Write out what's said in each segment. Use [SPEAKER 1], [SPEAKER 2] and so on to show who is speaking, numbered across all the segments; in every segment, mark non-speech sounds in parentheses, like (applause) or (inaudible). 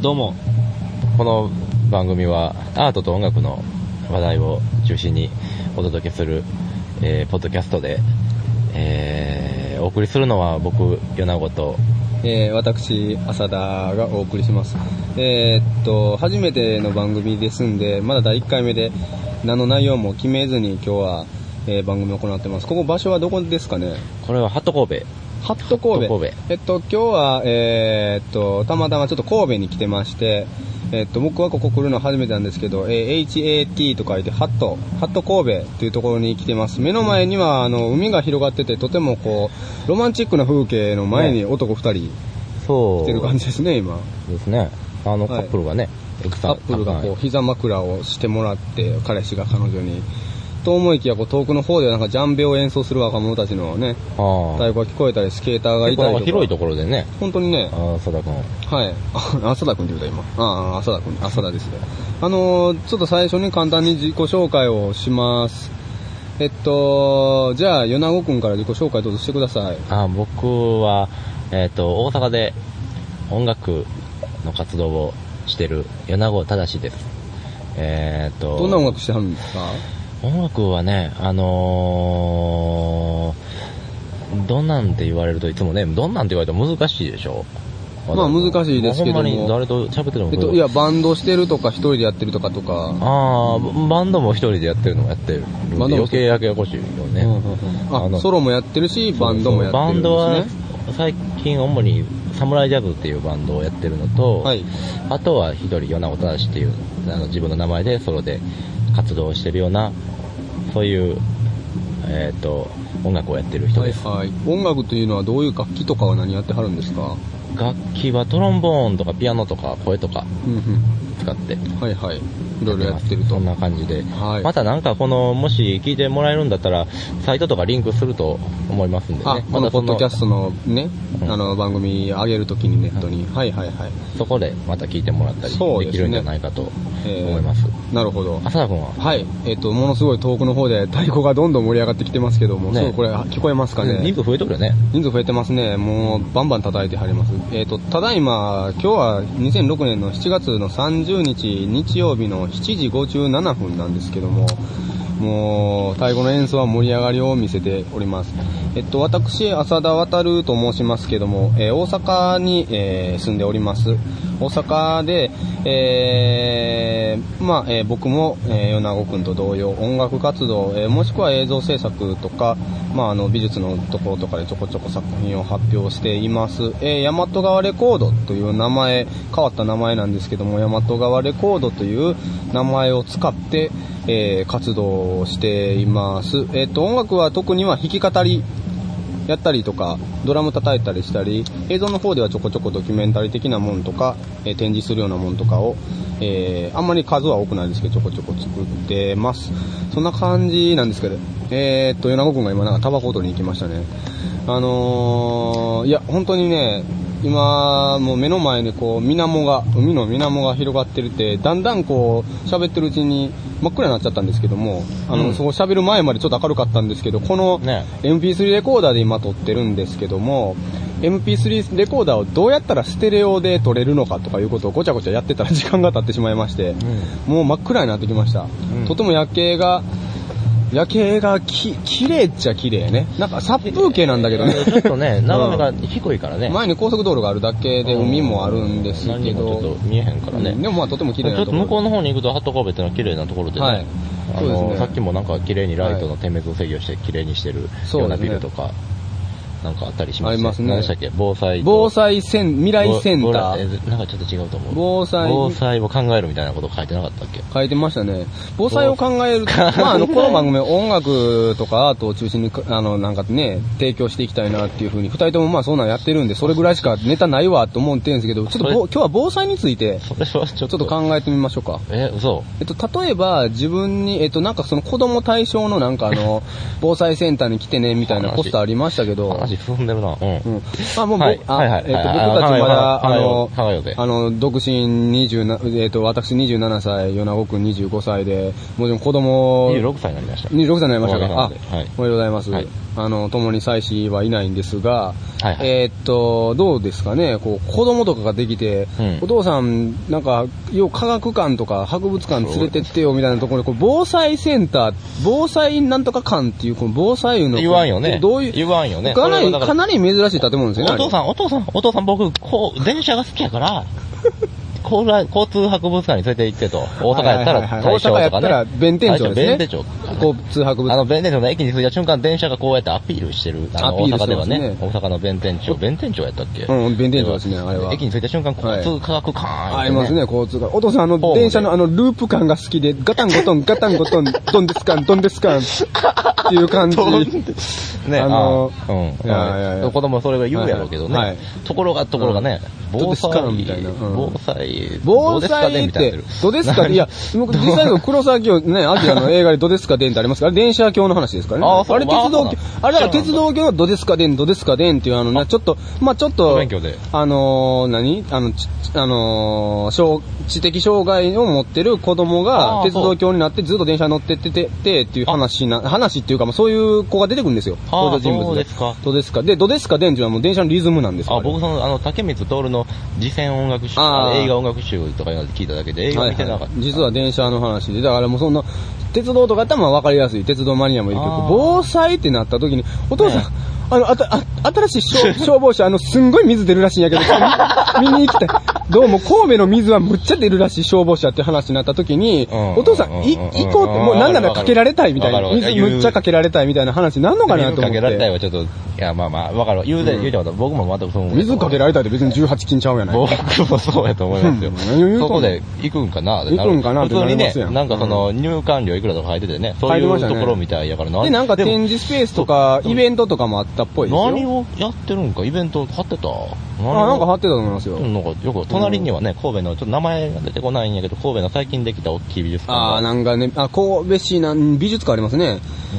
[SPEAKER 1] どうもこの番組はアートと音楽の話題を中心にお届けする、えーポッドキャストで、えーお送りするのは僕米子と
[SPEAKER 2] えー私、浅田がお送りします。えーっと、初めての番組ですんで、まだ第1回目で、何の内容も決めずに今日は、えー番組を行ってます。ここ場所はどこですかね
[SPEAKER 1] これはハット神戸
[SPEAKER 2] ハット
[SPEAKER 1] ハット
[SPEAKER 2] 神戸。
[SPEAKER 1] 神戸
[SPEAKER 2] えっと、今日は、えーっと、たまたまちょっと神戸に来てまして、えっと、僕はここ来るの初めてなんですけど、えー HAT と書いて、ハット、ハット神戸というところに来てます。目の前には、あの、海が広がってて、とてもこう、ロマンチックな風景の前に男2人
[SPEAKER 1] そ
[SPEAKER 2] 来
[SPEAKER 1] う
[SPEAKER 2] てる感じですね、今。
[SPEAKER 1] ですねあのカ
[SPEAKER 2] はい
[SPEAKER 1] ップルがね、エク
[SPEAKER 2] カップルがこう膝枕をしてもらって彼氏が彼女にと思いきやこう遠くの方ではなんかジャンベを演奏する若者たちのね
[SPEAKER 1] あ
[SPEAKER 2] 太鼓が聞こえたりスケーターがい
[SPEAKER 1] 結構なんか
[SPEAKER 2] たりとか
[SPEAKER 1] 広いところでね
[SPEAKER 2] 本当にね
[SPEAKER 1] ああ佐田君
[SPEAKER 2] はいあ浅田君って言うた今ああ浅田君浅田ですねあのーちょっと最初に簡単に自己紹介をしますえっとじゃあ米子君から自己紹介どうぞしてください
[SPEAKER 1] あ僕は、えっと大阪で音楽の活動をしてる米子正ですえっ、と
[SPEAKER 2] どんな音楽してはるんですか
[SPEAKER 1] 音楽はねあのー、どんなんて言われるといつもねどんなんて言われると難しいでしょ
[SPEAKER 2] まあ難しいですけども
[SPEAKER 1] ほんまに誰と喋ってるの
[SPEAKER 2] えっといやバンドしてるとか一人でやってるとかとか
[SPEAKER 1] ああバンドも一人でやってるのもやってるんで
[SPEAKER 2] バンドも
[SPEAKER 1] 余計やけやこしいよね、あの
[SPEAKER 2] あソロもやってるしバンドもやってる
[SPEAKER 1] バン
[SPEAKER 2] んですね
[SPEAKER 1] ドは最近主にサムライジャズっていうバンドをやってるのと、
[SPEAKER 2] はい
[SPEAKER 1] あとは一人米子正っていうあの自分の名前でソロで活動してるようなそういう、えっと音楽をやってる人
[SPEAKER 2] はい
[SPEAKER 1] です、
[SPEAKER 2] はい音楽というのはどういう楽器とかは何やってはるんですか
[SPEAKER 1] 楽器はトロンボーンとかピアノとか声とか
[SPEAKER 2] うん
[SPEAKER 1] 使って
[SPEAKER 2] うんはいはいいろいろやってると
[SPEAKER 1] そんな感じで、
[SPEAKER 2] はい
[SPEAKER 1] またなんかこのもし聞いてもらえるんだったらサイトとかリンクすると思いますんでね
[SPEAKER 2] あこ
[SPEAKER 1] ま
[SPEAKER 2] の
[SPEAKER 1] た
[SPEAKER 2] ポ
[SPEAKER 1] そ
[SPEAKER 2] ッド
[SPEAKER 1] の
[SPEAKER 2] キャストのね
[SPEAKER 1] うん
[SPEAKER 2] あの番組上げるときにネットにはいはいはい
[SPEAKER 1] そこでまた聞いてもらったり
[SPEAKER 2] そう
[SPEAKER 1] でき
[SPEAKER 2] ですね
[SPEAKER 1] るんじゃないかと
[SPEAKER 2] えー
[SPEAKER 1] 思います、
[SPEAKER 2] なるほど
[SPEAKER 1] 浅田君は
[SPEAKER 2] はいえっとものすごい遠くの方で太鼓がどんどん盛り上がってきてますけども
[SPEAKER 1] ね
[SPEAKER 2] そうこれあ聞こえますかね
[SPEAKER 1] 人数増えとるよね
[SPEAKER 2] 人数増えてますね。もう、バンバン叩いてはります。えっ、と、ただいま、今日は2006年の7月の30日、日曜日の7時57分なんですけども、もう、太鼓の演奏は盛り上がりを見せております。えっと、私、浅田渉と申しますけども、えー大阪に、えー住んでおります。大阪で、えーまあ、えー僕も、えー米子くんと同様、音楽活動、えーもしくは映像制作とか、まあ、あの、美術のところとかでちょこちょこ作品を発表しています。えー、大和川レコードという名前、変わった名前なんですけども、大和川レコードという名前を使って、えー活動をしています。えっ、と、音楽は特には弾き語りやったりとか、ドラム叩いたりしたり、映像の方ではちょこちょこドキュメンタリー的なものとか、えー展示するようなものとかを、えーあんまり数は多くないですけど、ちょこちょこ作ってます。そんな感じなんですけど、えーっと、米子くんが今なんかタバコを取りに行きましたね。あのーいや、本当にね、今、もう目の前にこう、水面が、海の水面が広がってるって、だんだんこう、喋ってるうちに真っ暗になっちゃったんですけども、あの、
[SPEAKER 1] うん
[SPEAKER 2] そこ喋る前までちょっと明るかったんですけど、この、
[SPEAKER 1] ね
[SPEAKER 2] MP3 レコーダーで今撮ってるんですけども、MP3 レコーダーをどうやったらステレオで撮れるのかとかいうことをごちゃごちゃやってたら時間が経ってしまいまして、もう真っ暗になってきました。
[SPEAKER 1] ん
[SPEAKER 2] とても夜景が、夜景がき、綺麗っちゃ綺麗ね。なんか殺風景なんだけどね。
[SPEAKER 1] (laughs) ちょっと
[SPEAKER 2] (laughs)
[SPEAKER 1] ね眺めが低いからね、
[SPEAKER 2] 前に高速道路があるだけで海もあるんです
[SPEAKER 1] 何
[SPEAKER 2] け
[SPEAKER 1] にもちょ
[SPEAKER 2] ど
[SPEAKER 1] っと、見えへんからね、
[SPEAKER 2] うんでもまあとても綺麗
[SPEAKER 1] ちょ
[SPEAKER 2] な
[SPEAKER 1] っと
[SPEAKER 2] ところ
[SPEAKER 1] 向こうの方に行くとハット神戸ってのは綺麗なところでね,、
[SPEAKER 2] はい
[SPEAKER 1] あ
[SPEAKER 2] そうです
[SPEAKER 1] の
[SPEAKER 2] ね
[SPEAKER 1] さっきもなんか綺麗にライトの点滅を制御して綺麗にしてる
[SPEAKER 2] そう
[SPEAKER 1] よ
[SPEAKER 2] ですね
[SPEAKER 1] うなビルとか、なんかあったりしま
[SPEAKER 2] あ
[SPEAKER 1] す
[SPEAKER 2] りますね
[SPEAKER 1] 何でしたっけ防災と
[SPEAKER 2] 防災セン、未来センタ
[SPEAKER 1] ぼぼらえ
[SPEAKER 2] ー。
[SPEAKER 1] なんかちょっと違うと思う
[SPEAKER 2] 防災
[SPEAKER 1] 防災を考えるみたいなこと書いてなかったっけ
[SPEAKER 2] 書いてましたね。防災を考えると、まあ、あの、この番組は音楽とかアートを中心に、あの、なんかね、提供していきたいなっていうふうに、二人ともまあ、そんなんやってるんで、それぐらいしかネタないわと思ってるんですけど、ちょっとぼ
[SPEAKER 1] それ
[SPEAKER 2] 今日は防災について、
[SPEAKER 1] それはちょっと
[SPEAKER 2] ちょっと考えてみましょうか。
[SPEAKER 1] え嘘
[SPEAKER 2] えっと、例えば、自分に、えっと、なんかその子供対象のなんかあの、防災センターに来てね、みたいなポスターありましたけど、
[SPEAKER 1] 話進んでるなうん
[SPEAKER 2] うん。まあもう僕、
[SPEAKER 1] はい
[SPEAKER 2] あ
[SPEAKER 1] はいはい
[SPEAKER 2] えっと、僕
[SPEAKER 1] はい
[SPEAKER 2] たちまだ、
[SPEAKER 1] 考え
[SPEAKER 2] あ
[SPEAKER 1] よう考え
[SPEAKER 2] の
[SPEAKER 1] よう考えようぜ、
[SPEAKER 2] あの、独身27、えっと、私27歳、米子くん25歳で、もちろん子供、
[SPEAKER 1] 26歳になりました
[SPEAKER 2] 26歳になりました
[SPEAKER 1] お
[SPEAKER 2] か
[SPEAKER 1] かげさま
[SPEAKER 2] あ、
[SPEAKER 1] ではい
[SPEAKER 2] おめでとうございます。
[SPEAKER 1] はい
[SPEAKER 2] あの、共に妻子はいないんですが、
[SPEAKER 1] はいはい
[SPEAKER 2] えーっと、どうですかね、こう、子供とかができて、
[SPEAKER 1] うん
[SPEAKER 2] お父さん、なんか、よう科学館とか博物館連れてってよみたいなところで、こう防災センター、防災なんとか館っていう、この防災の。
[SPEAKER 1] 言わんよね。
[SPEAKER 2] どういう、
[SPEAKER 1] 言わんよね。
[SPEAKER 2] かなり、
[SPEAKER 1] それはだら
[SPEAKER 2] かなり珍しい建物ですよね。
[SPEAKER 1] お父さん、お父さん、お父さん、僕、こう、電車が好きや
[SPEAKER 2] (laughs)
[SPEAKER 1] から、交通交通博物館に連れて行ってと。大阪やった
[SPEAKER 2] はいはい
[SPEAKER 1] ら
[SPEAKER 2] はい
[SPEAKER 1] 大正とかね。
[SPEAKER 2] 大阪やったら弁天町
[SPEAKER 1] 大
[SPEAKER 2] ですね
[SPEAKER 1] 正弁天町とかね
[SPEAKER 2] こう、通博物
[SPEAKER 1] あ
[SPEAKER 2] 館。
[SPEAKER 1] の、弁天町の駅に着いた瞬間、電車がこうやってアピールしてる。あの、
[SPEAKER 2] アピー
[SPEAKER 1] 大
[SPEAKER 2] ル
[SPEAKER 1] 阪
[SPEAKER 2] して
[SPEAKER 1] で
[SPEAKER 2] ま
[SPEAKER 1] は
[SPEAKER 2] すね
[SPEAKER 1] ね。大阪の弁天町。弁天町やったっけ
[SPEAKER 2] うん、弁天町ですね、あれは。
[SPEAKER 1] 駅に着いた瞬間、交通科学館。
[SPEAKER 2] ありますね、。交通が。お父さん、あの、
[SPEAKER 1] ホームで
[SPEAKER 2] 電車のあの、ループ感が好きで、ガタンゴトン、ガタンゴトン、ドンデスカン、ドンデスカン、っていう感じ。
[SPEAKER 1] ね、
[SPEAKER 2] あ
[SPEAKER 1] あ
[SPEAKER 2] の
[SPEAKER 1] の、うん。
[SPEAKER 2] いやいやいや
[SPEAKER 1] 子供はそれが言うやろうけど
[SPEAKER 2] はいはい
[SPEAKER 1] ね。ところが、ところがね、
[SPEAKER 2] うん
[SPEAKER 1] 防災
[SPEAKER 2] どうですかみたいなうん、
[SPEAKER 1] 防災、ど
[SPEAKER 2] 防
[SPEAKER 1] うですか
[SPEAKER 2] 災
[SPEAKER 1] ね
[SPEAKER 2] っ
[SPEAKER 1] みたい
[SPEAKER 2] て
[SPEAKER 1] になる、
[SPEAKER 2] どうですかっていや、僕実際の黒沢清、ね、アジアの映画でどうですか伝ってあ
[SPEAKER 1] (laughs)
[SPEAKER 2] りますから、電車橋の話ですからね。
[SPEAKER 1] あーそう
[SPEAKER 2] れ鉄道
[SPEAKER 1] まあそうなん、
[SPEAKER 2] 橋
[SPEAKER 1] だ
[SPEAKER 2] あれだから鉄道橋のどうですか伝、どうですか伝っていう、あの、なちょっと、まあちょっ
[SPEAKER 1] お
[SPEAKER 2] と
[SPEAKER 1] 勉、強で。
[SPEAKER 2] あのー、何あの、ちあのー障、知的障害を持ってる子供が
[SPEAKER 1] あー
[SPEAKER 2] 鉄道橋になってずっと電車に乗ってってててっていう話な、話っていうか、まあそういう子が出てくるんですよ。
[SPEAKER 1] あー
[SPEAKER 2] 登場人物
[SPEAKER 1] そうですか
[SPEAKER 2] どうですかで、どうですかでんっていうのはもう電車のリズムなんですよ
[SPEAKER 1] あ、僕その、あの、竹光徹の次戦音楽集、
[SPEAKER 2] あー
[SPEAKER 1] あの映画音楽集とかいうの聞いただけで、映画見てなかった。
[SPEAKER 2] はいはい実は電車の話で、だからもうそんな、鉄道とかやったらまあ分かりやすい、鉄道マニアもいるけ
[SPEAKER 1] あ
[SPEAKER 2] ど、
[SPEAKER 1] ー
[SPEAKER 2] 防災ってなった時に、お父さん、
[SPEAKER 1] ね
[SPEAKER 2] あの、あた、あ、新しい消 (laughs) 消防車、あの、すんごい水出るらしいんやけど、 (laughs) 見見に行きたい。どうも神戸の水はむっちゃ出るらしい消防車って話になった時に、
[SPEAKER 1] うん
[SPEAKER 2] お父さん、い、
[SPEAKER 1] うんうんうん
[SPEAKER 2] 行こうって、もうなんならかけられたいみたい
[SPEAKER 1] わ
[SPEAKER 2] な、
[SPEAKER 1] かるわか
[SPEAKER 2] 水
[SPEAKER 1] る
[SPEAKER 2] むっちゃかけられたいみたいな話なんのかな
[SPEAKER 1] 水
[SPEAKER 2] と思
[SPEAKER 1] か
[SPEAKER 2] っ
[SPEAKER 1] けられたい
[SPEAKER 2] て。
[SPEAKER 1] はちょっと、いや、まあまあ、わかる。言うで、言うてもらった僕も全くそう思う。
[SPEAKER 2] 水かけられたいって別に18金ちゃうやない。
[SPEAKER 1] 僕もそうやと思いますよ
[SPEAKER 2] うん何を言う。とんの
[SPEAKER 1] そこで行くんかなってなる
[SPEAKER 2] 行くんかなっ
[SPEAKER 1] 普
[SPEAKER 2] てな
[SPEAKER 1] 通
[SPEAKER 2] り
[SPEAKER 1] に
[SPEAKER 2] ま
[SPEAKER 1] ね
[SPEAKER 2] すやん、
[SPEAKER 1] なんかその入館料いくらとか入っててね、そう
[SPEAKER 2] 入
[SPEAKER 1] い
[SPEAKER 2] りまし
[SPEAKER 1] う
[SPEAKER 2] たね
[SPEAKER 1] ところみたいやから
[SPEAKER 2] で、なんか
[SPEAKER 1] でも
[SPEAKER 2] 展示スペースとか、
[SPEAKER 1] そう
[SPEAKER 2] イベントとかもあったっぽいですよ。
[SPEAKER 1] 何をやってるんか、イベント貼ってた
[SPEAKER 2] あ、なんか貼
[SPEAKER 1] っ
[SPEAKER 2] ってたと思いますよ。
[SPEAKER 1] なんかよく、隣にはね、神戸の、ちょっと名前が出てこないんやけど、神戸の最近できた大きい美術館が。
[SPEAKER 2] ああ、なんかね、あ、神戸市なん、美術館ありますね。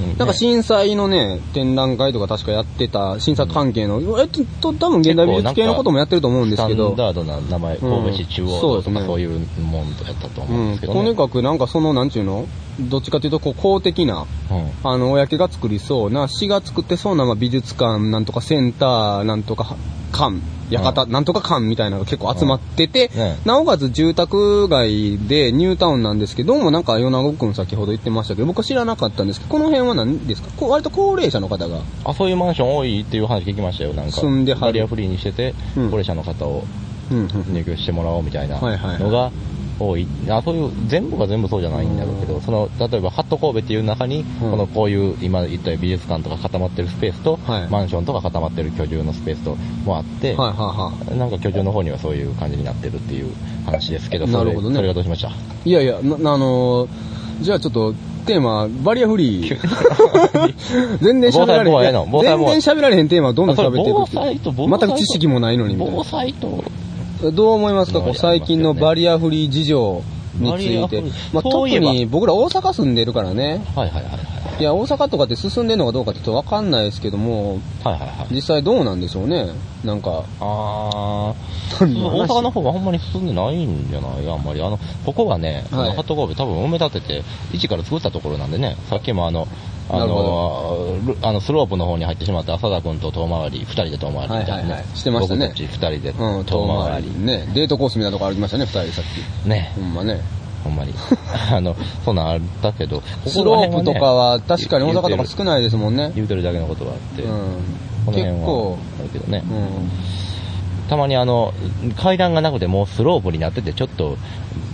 [SPEAKER 1] うん
[SPEAKER 2] なんか震災のね、展覧会とか確かやってた、震災関係の、えっと、多分現代美術系のこともやってると思うんですけ
[SPEAKER 1] スタ
[SPEAKER 2] ど
[SPEAKER 1] ン、ダードな名前、
[SPEAKER 2] ん
[SPEAKER 1] 神戸市中央
[SPEAKER 2] そう
[SPEAKER 1] 道
[SPEAKER 2] です
[SPEAKER 1] と
[SPEAKER 2] ね
[SPEAKER 1] かそういうもんやったと
[SPEAKER 2] う
[SPEAKER 1] 思うんで
[SPEAKER 2] ん、
[SPEAKER 1] すけど
[SPEAKER 2] と
[SPEAKER 1] ね。
[SPEAKER 2] にかくなんかその、なんちゅうのどっちかというと、こう、公的な、
[SPEAKER 1] うん
[SPEAKER 2] あの、公が作りそうな、市が作ってそうな、まあ、美術館、なんとかセンター、なんとか館、館、なんとか館みたいなのが結構集まってて、
[SPEAKER 1] うんね
[SPEAKER 2] なおかつ住宅街でニュータウンなんですけど、どうもなんか、米子くん先ほど言ってましたけど、僕は知らなかったんですけど、この辺は何ですかこう割と高齢者の方が。
[SPEAKER 1] あ、そういうマンション多いっていう話聞きましたよ、なんか。
[SPEAKER 2] 住んではる
[SPEAKER 1] バリアフリーにしてて、
[SPEAKER 2] う
[SPEAKER 1] 高
[SPEAKER 2] ん
[SPEAKER 1] 齢者の方を
[SPEAKER 2] うんうん
[SPEAKER 1] 入居してもらおうみたいな
[SPEAKER 2] はいはいはい
[SPEAKER 1] のが多い。あ、そういう、全部が全部そうじゃないんだろうけ
[SPEAKER 2] うん
[SPEAKER 1] ど、その、例えば、ハット神戸っていう中に、
[SPEAKER 2] うん
[SPEAKER 1] このこういう、今言ったように美術館とか固まってるスペースと、
[SPEAKER 2] はい
[SPEAKER 1] マンションとか固まってる居住のスペースともあって、
[SPEAKER 2] はいはいはい。
[SPEAKER 1] なんか居住の方にはそういう感じになってるっていう話ですけど、
[SPEAKER 2] な
[SPEAKER 1] そ
[SPEAKER 2] る
[SPEAKER 1] れ
[SPEAKER 2] ほどね
[SPEAKER 1] それがどうしました
[SPEAKER 2] いやいや、な、なあのーじゃあちょっと、テーマ、バリアフリ
[SPEAKER 1] (laughs)
[SPEAKER 2] ー。全然喋られ
[SPEAKER 1] 防災もうえ
[SPEAKER 2] へ
[SPEAKER 1] え
[SPEAKER 2] ん。
[SPEAKER 1] の
[SPEAKER 2] 全
[SPEAKER 1] 防災もう
[SPEAKER 2] 然喋られへんテーマをどんどん喋っていく
[SPEAKER 1] 防災と防災と
[SPEAKER 2] 全く知識もないのにみたいな
[SPEAKER 1] 防。災と、
[SPEAKER 2] どう思いますか、
[SPEAKER 1] まあ
[SPEAKER 2] こう最近のバリアフリー事情につい
[SPEAKER 1] バリ
[SPEAKER 2] て
[SPEAKER 1] アフリー。
[SPEAKER 2] まあ、
[SPEAKER 1] そう
[SPEAKER 2] 特
[SPEAKER 1] いえば
[SPEAKER 2] に僕ら大阪住んでるからね。
[SPEAKER 1] はいはいはいはい。
[SPEAKER 2] いや、大阪とかって進んでるのかどうかちょっとわかんないですけども、
[SPEAKER 1] はいはいはい。
[SPEAKER 2] 実際どうなんでしょうね。なんか、
[SPEAKER 1] あー、
[SPEAKER 2] 何の話
[SPEAKER 1] 大阪の方がほんまに進んでないんじゃないあんまり。あの、ここがね、
[SPEAKER 2] はい
[SPEAKER 1] あのハット神戸多分埋め立てて、一から作ったところなんでね、さっきもあの、あ
[SPEAKER 2] なる
[SPEAKER 1] の、ルあのスロープの方に入ってしまった浅田君と遠回り、二人で遠回りみたいな、ね
[SPEAKER 2] はいはいはいしてましたね
[SPEAKER 1] 僕たち二人で
[SPEAKER 2] うん、遠
[SPEAKER 1] 遠
[SPEAKER 2] 回
[SPEAKER 1] 回
[SPEAKER 2] り
[SPEAKER 1] り。
[SPEAKER 2] ね。デートコースみたいなとこ歩きましたね、二人でさっ
[SPEAKER 1] ね
[SPEAKER 2] き。ほんまね。
[SPEAKER 1] ほ
[SPEAKER 2] (laughs)
[SPEAKER 1] んまに。あの、そんなんあったけど、ここ
[SPEAKER 2] スロ
[SPEAKER 1] ら辺
[SPEAKER 2] ープ
[SPEAKER 1] ね
[SPEAKER 2] とかは確かに大阪とか少
[SPEAKER 1] 言
[SPEAKER 2] ないですもんね。
[SPEAKER 1] 言うてるだけのことがあって、
[SPEAKER 2] う
[SPEAKER 1] こ
[SPEAKER 2] ん
[SPEAKER 1] の。辺
[SPEAKER 2] 結構
[SPEAKER 1] は、あるけどね。
[SPEAKER 2] うん。
[SPEAKER 1] たまにあの、階段がなくてもうスロープになってて、ちょっと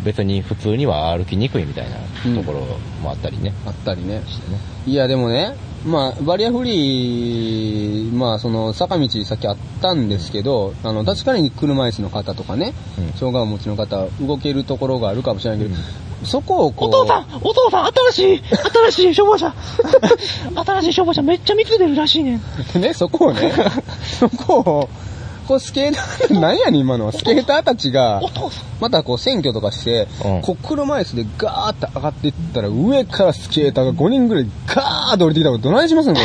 [SPEAKER 1] 別に普通には歩きにくいみたいなところもあったりね。
[SPEAKER 2] あったりね。
[SPEAKER 1] してね
[SPEAKER 2] いや、でもね、まあ、バリアフリー、まあ、その、坂道さっきあったんですけど、あの、確かに車椅子の方とかね、
[SPEAKER 1] うん
[SPEAKER 2] 障害をお持ちの方、動けるところがあるかもしれないけど、そこをこう、
[SPEAKER 3] お父さんお父さん新しい新しい消防
[SPEAKER 2] (laughs)
[SPEAKER 3] 車新しい消防車めっちゃ見つけてるらしいねん
[SPEAKER 2] (laughs) ね、そこ
[SPEAKER 3] (laughs)
[SPEAKER 2] をね、そこを、こうスケーター、 (laughs) なんやねん今のは、スケーターたちが
[SPEAKER 3] お、父さん
[SPEAKER 2] またこう選挙とかして、
[SPEAKER 1] うん
[SPEAKER 2] こう車椅子でガーッと上がっていったら、上からスケーターが5人ぐらいガーッと降りてきたら、どないしますのこ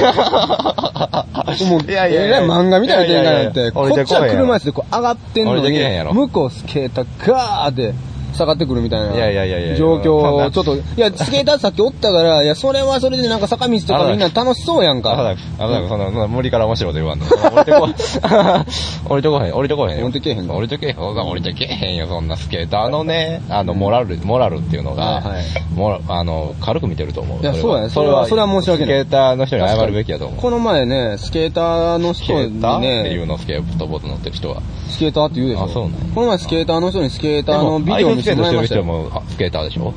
[SPEAKER 2] れ。もう、
[SPEAKER 1] いやいやいや
[SPEAKER 2] えら漫画みたいな展開になっ
[SPEAKER 1] いやいやい
[SPEAKER 2] て、
[SPEAKER 1] や
[SPEAKER 2] こっちは車椅子でこう上がってんの
[SPEAKER 1] 降りてけへんや
[SPEAKER 2] に、
[SPEAKER 1] ろ
[SPEAKER 2] 向こうスケーターガーッて、下がってくるみたいな。
[SPEAKER 1] いやいやいやいや
[SPEAKER 2] 状
[SPEAKER 1] ま
[SPEAKER 2] 況、
[SPEAKER 1] あ
[SPEAKER 2] ちょっと、いや、スケーターさっきおったから、いや、それはそれでなんか坂道と
[SPEAKER 1] あら
[SPEAKER 2] かみんな楽しそうやん
[SPEAKER 1] 危な
[SPEAKER 2] か
[SPEAKER 1] い。、危ない、そんな、そんな無理から面白いこと言わんの。降りてこ、 (laughs) 降りてこへん、降りてこへんよ。
[SPEAKER 2] 降りてけへんの
[SPEAKER 1] 降りてけへん、そんな降りてけへんよ、そんなスケーターのね、あの、モラル、モラルっていうのが、
[SPEAKER 2] はいはい
[SPEAKER 1] モラあの、軽く見てると思う。
[SPEAKER 2] いやそうやね
[SPEAKER 1] それは、
[SPEAKER 2] それはそれは申し訳ない
[SPEAKER 1] スケーターの人に謝るべきやと思う。
[SPEAKER 2] この前ね、スケーターの
[SPEAKER 1] スケ
[SPEAKER 2] 人に
[SPEAKER 1] ーターっていう
[SPEAKER 2] ね、
[SPEAKER 1] の、スケートボード乗ってる人は。
[SPEAKER 2] スケーターって言うでしょ。
[SPEAKER 1] あそうなんや
[SPEAKER 2] この前スケーターの人にスケータ
[SPEAKER 1] で
[SPEAKER 2] ー
[SPEAKER 1] も
[SPEAKER 2] のビデオ見せてもらい
[SPEAKER 1] ア
[SPEAKER 2] ま
[SPEAKER 1] イススケートしてる人
[SPEAKER 2] したよ。
[SPEAKER 1] も、あスケーターでしょ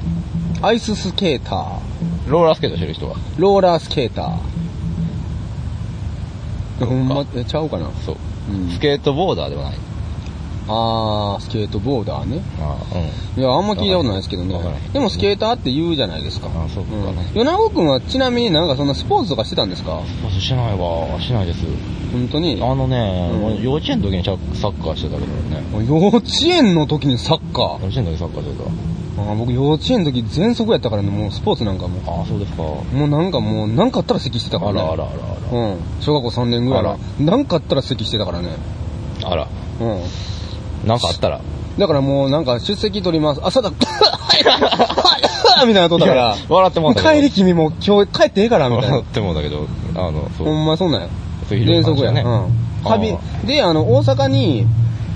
[SPEAKER 2] アイススケーター、
[SPEAKER 1] ローラースケートしてる人は。
[SPEAKER 2] ローラースケータ
[SPEAKER 1] そ
[SPEAKER 2] ー。
[SPEAKER 1] うか
[SPEAKER 2] ほんま、えちゃうかな。
[SPEAKER 1] そう。
[SPEAKER 2] うん
[SPEAKER 1] スケートボーダーではない。
[SPEAKER 2] あー、スケートボーダーね。
[SPEAKER 1] ああ、うん。
[SPEAKER 2] いや、あんま聞いたことないですけどね
[SPEAKER 1] わからない。
[SPEAKER 2] でもスケーターって言うじゃないですか。
[SPEAKER 1] あそうか
[SPEAKER 2] ん米子くんはちなみになんかそんなスポーツとかしてたんですか
[SPEAKER 1] パスしないわ、しないです。
[SPEAKER 2] 本当に。
[SPEAKER 1] あのね、
[SPEAKER 2] うん
[SPEAKER 1] もう幼稚園の時にサッカーしてたけどね。
[SPEAKER 2] 幼稚園の時にサッカー。
[SPEAKER 1] 幼稚園の時サッカーして
[SPEAKER 2] あー僕幼稚園の時全速やったからね、もうスポーツなんかも
[SPEAKER 1] た。ああ、そうですか。
[SPEAKER 2] う。もうなんかもう、なんかあったら席してたか
[SPEAKER 1] あ
[SPEAKER 2] らね。
[SPEAKER 1] らあらあら
[SPEAKER 2] うん。小学校3年ぐらい
[SPEAKER 1] あ
[SPEAKER 2] の。なんかあったら席してたからね。
[SPEAKER 1] あら。あら、
[SPEAKER 2] うん。
[SPEAKER 1] なんかあったら。
[SPEAKER 2] だからもうなんか出席取ります。あ、そうだ、 (laughs) はいはいみたいなとったか
[SPEAKER 1] いや
[SPEAKER 2] ら。
[SPEAKER 1] 笑ってもらったけど
[SPEAKER 2] 帰り君も今日帰ってええから、みたい
[SPEAKER 1] 笑 (laughs)
[SPEAKER 2] な
[SPEAKER 1] っ。てもだけど、あの、そう。
[SPEAKER 2] ほんまそうなんや。
[SPEAKER 1] そういう
[SPEAKER 2] 連
[SPEAKER 1] 話
[SPEAKER 2] 続
[SPEAKER 1] だ
[SPEAKER 2] や
[SPEAKER 1] ね
[SPEAKER 2] ね。うん。はび
[SPEAKER 1] あ、
[SPEAKER 2] で、あの、大阪に、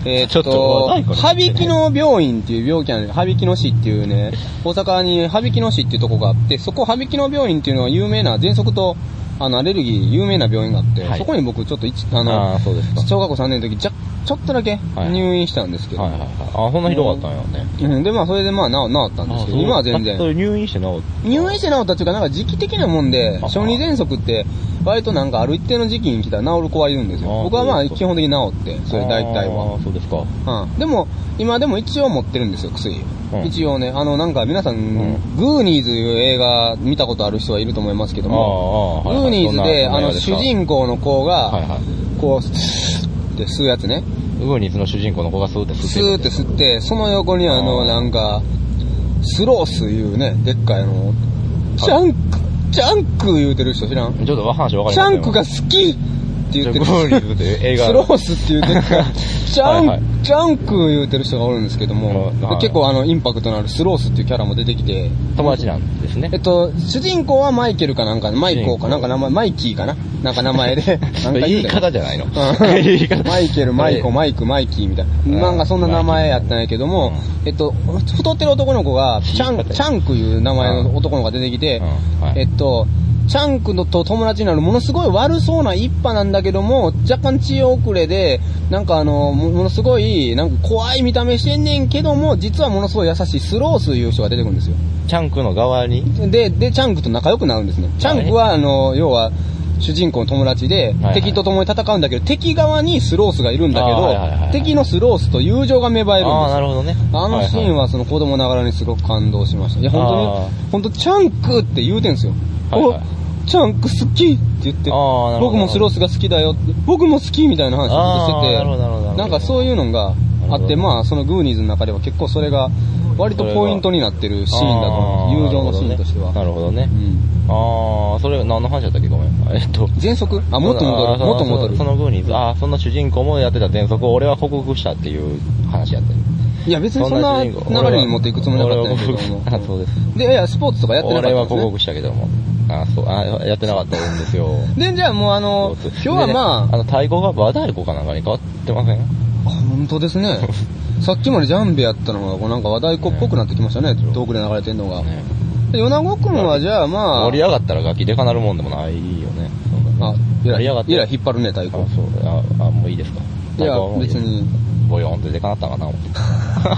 [SPEAKER 2] えーっ
[SPEAKER 1] ちょっと若い子
[SPEAKER 2] と、
[SPEAKER 1] ね
[SPEAKER 2] はびきの病院っていう病気なんで、はびきの市っていうね、大阪にはびきの市っていうとこがあって、そこはびきの病院っていうのは有名な、喘息と、あの、アレルギー有名な病院があって、
[SPEAKER 1] はい
[SPEAKER 2] そこに僕ちょっと一、あ
[SPEAKER 1] あ
[SPEAKER 2] の
[SPEAKER 1] あ、、そうですか。
[SPEAKER 2] 小学校3年の時、ちょちょっとだけ
[SPEAKER 1] はい
[SPEAKER 2] 入院したんですけど、
[SPEAKER 1] はいはいはい。ああ、そんなひどかったんやね。
[SPEAKER 2] うん、で、まあ、それでまあ、治治ったんですけど、
[SPEAKER 1] ああ
[SPEAKER 2] 今は全
[SPEAKER 1] そう
[SPEAKER 2] 然。
[SPEAKER 1] あ入院して治った
[SPEAKER 2] 入院して治ったっていうか、なんか時期的なもんで、
[SPEAKER 1] あ
[SPEAKER 2] 小児喘息って、割となんかある一定の時期に来たら治る子はいるんですよ
[SPEAKER 1] あ。
[SPEAKER 2] 僕はま
[SPEAKER 1] そう
[SPEAKER 2] あ
[SPEAKER 1] ですか
[SPEAKER 2] 基本的に治って、それ大体
[SPEAKER 1] あ
[SPEAKER 2] は。
[SPEAKER 1] あ、そうですか。は
[SPEAKER 2] うん。でも、今でも一応持ってるんですよ、薬。
[SPEAKER 1] うん
[SPEAKER 2] 一応ね、あのなんか皆さん、
[SPEAKER 1] ん
[SPEAKER 2] グーニーズいう映画見たことある人はいると思いますけども、
[SPEAKER 1] ああああはいはい
[SPEAKER 2] グーニーズで、
[SPEAKER 1] どんな
[SPEAKER 2] あ
[SPEAKER 1] 映画
[SPEAKER 2] の
[SPEAKER 1] ですか
[SPEAKER 2] 主人公の子
[SPEAKER 1] い
[SPEAKER 2] が、
[SPEAKER 1] はい。
[SPEAKER 2] こう、スーって吸うやつね。
[SPEAKER 1] ウグニズの主人公の子がスーって吸って
[SPEAKER 2] ス
[SPEAKER 1] る
[SPEAKER 2] ーって吸って、その横にあ
[SPEAKER 1] あ
[SPEAKER 2] の、
[SPEAKER 1] ー
[SPEAKER 2] なんか、スロースいうね、でっかいあの、ジャンク、ジャンク言うてる人知らん
[SPEAKER 1] ちょっと話分かりません
[SPEAKER 2] チャンクが好きって言ってる。
[SPEAKER 1] ジャンクボーリーズっていう映画
[SPEAKER 2] スロースって言ってるから、チャン、
[SPEAKER 1] はいはい
[SPEAKER 2] チャンク言うてる人がおるんですけども、
[SPEAKER 1] あはい
[SPEAKER 2] 結構あの、インパクトのあるスロースっていうキャラも出てきて、
[SPEAKER 1] 友達なんですね
[SPEAKER 2] えっ。と、主人公はマイケルかなんか、マイコーかなんか名前、マイキーかななんか名前
[SPEAKER 1] (laughs)
[SPEAKER 2] で、なんか
[SPEAKER 1] 言
[SPEAKER 2] う
[SPEAKER 1] い
[SPEAKER 2] て
[SPEAKER 1] 方じゃないの。 (laughs) 言い
[SPEAKER 2] うん
[SPEAKER 1] 方
[SPEAKER 2] マイケル、マイコ、マイク、マイキーみたいな。なんかそんな名前やったんやけども、えっと、太ってる男の子が、チャン、チャンクいう名前の男の子が出てきて
[SPEAKER 1] うんはい、
[SPEAKER 2] えっと、チャンクのと友達になるものすごい悪そうな一派なんだけども、若干血遅れで、なんかあの、もものすごい、なんか怖い見た目してんねんけども、実はものすごい優しいスロースいう人が出てくるんですよ。
[SPEAKER 1] チャンクの側に、
[SPEAKER 2] で、で、チャンクと仲良くなるんですね。チャンクは、あの、要は、主人公の友達で
[SPEAKER 1] いはい、
[SPEAKER 2] 敵と共に戦うんだけど、敵側にスロースがいるんだけ
[SPEAKER 1] あーはいはいはいはい
[SPEAKER 2] ど、敵のスロースと友情が芽生えるん
[SPEAKER 1] ああ、な
[SPEAKER 2] です
[SPEAKER 1] るほどね。
[SPEAKER 2] あのシーン
[SPEAKER 1] は
[SPEAKER 2] はその子供ながらにすごく感動しました。いや、
[SPEAKER 1] あ
[SPEAKER 2] 本当に、本当チャンクって言うてんすよ。
[SPEAKER 1] はいはい
[SPEAKER 2] おチャンク好きって言って、
[SPEAKER 1] あーなるほど
[SPEAKER 2] 僕もスロースが好きだよって、僕も好きみたいな話をずっとして
[SPEAKER 1] あーなるほどなるほどなるほ
[SPEAKER 2] て、
[SPEAKER 1] ど
[SPEAKER 2] なんかそういうのがあ
[SPEAKER 1] なる
[SPEAKER 2] っ
[SPEAKER 1] ほど
[SPEAKER 2] て、まあそのグーニーズの中では結構それが割とポイントになってるシーンだと思う。
[SPEAKER 1] あ
[SPEAKER 2] 友情のシーンとしては。
[SPEAKER 1] なるほどね。
[SPEAKER 2] うん。
[SPEAKER 1] ああ、それ何の話だったっけごめん。えっと。
[SPEAKER 2] 喘息あ、もっと戻
[SPEAKER 1] あー
[SPEAKER 2] る。
[SPEAKER 1] その
[SPEAKER 2] もっと戻る
[SPEAKER 1] そ。のグーニーズ、ああ、その主人公もやってた伝則を俺は克服したっていう話やったよ
[SPEAKER 2] いや、別にそんな流れに持っていくつもりなかったんやけど
[SPEAKER 1] 俺
[SPEAKER 2] も。
[SPEAKER 1] は俺は克服あそうです
[SPEAKER 2] で、いや、スポーツとかやってなか
[SPEAKER 1] 俺
[SPEAKER 2] った
[SPEAKER 1] は
[SPEAKER 2] んです、
[SPEAKER 1] 克
[SPEAKER 2] ね。
[SPEAKER 1] 服したけども。ああ、そう、あーやってなかったんですよ。
[SPEAKER 2] で、じゃあもうあの、今日はま
[SPEAKER 1] でねあの、太鼓が和太鼓かなんかに変わってません
[SPEAKER 2] あ、本当で
[SPEAKER 1] (laughs)
[SPEAKER 2] すね。さっきまでジャンベやったのが、こうなんか和太鼓っぽくなってきましたね、遠くで流れてんのが。
[SPEAKER 1] ね
[SPEAKER 2] で米子くんはじゃあま
[SPEAKER 1] (laughs)
[SPEAKER 2] あ、
[SPEAKER 1] 盛り上がったら楽器でかなるもんでもないよね。
[SPEAKER 2] あ、い
[SPEAKER 1] 盛り上が
[SPEAKER 2] や、
[SPEAKER 1] っ
[SPEAKER 2] い
[SPEAKER 1] て
[SPEAKER 2] や、引っ張るね、太
[SPEAKER 1] あ、
[SPEAKER 2] 鼓
[SPEAKER 1] そう。、あ、あもういいですか。
[SPEAKER 2] いや
[SPEAKER 1] 太鼓はもうです
[SPEAKER 2] 別に。
[SPEAKER 1] ボヨンってでかなったかな、思って。
[SPEAKER 2] 太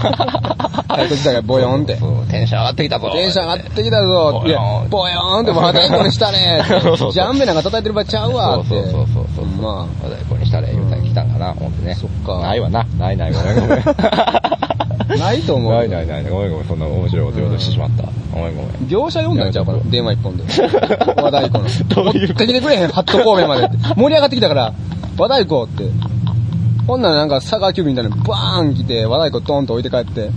[SPEAKER 2] 鼓自体がボヨンっ
[SPEAKER 1] (laughs)
[SPEAKER 2] て。
[SPEAKER 1] そう、テンション上がってきたぞ。
[SPEAKER 2] 電車上がってきたぞ
[SPEAKER 1] ボ
[SPEAKER 2] い
[SPEAKER 1] ヨ
[SPEAKER 2] や
[SPEAKER 1] ーン、
[SPEAKER 2] ボヨーンって和太鼓にしたね
[SPEAKER 1] そうそう
[SPEAKER 2] ジャンベなんか叩いてる場合ちゃうわって。
[SPEAKER 1] そうそうそうそう。
[SPEAKER 2] ま
[SPEAKER 1] 和太鼓にしたら言うたら来たんかな、思ってね。
[SPEAKER 2] そっか
[SPEAKER 1] ないわな。ないない、ごめん
[SPEAKER 2] (laughs)
[SPEAKER 1] ごめん。
[SPEAKER 2] あ、ないと思う。
[SPEAKER 1] ないないない、ごめんごめん、そんな面白いこと言おうとしてしまった。ごめんごめん。
[SPEAKER 2] 業者読んだんちゃうかな電話一本で。和太鼓の。
[SPEAKER 1] どういうこと
[SPEAKER 2] 持ってきてくれへん、ハット神戸までって。盛り上がってきたから、和太鼓って。こんなんなんか佐川急便みたいにバーン来て、和太鼓ドーンと置いて帰って、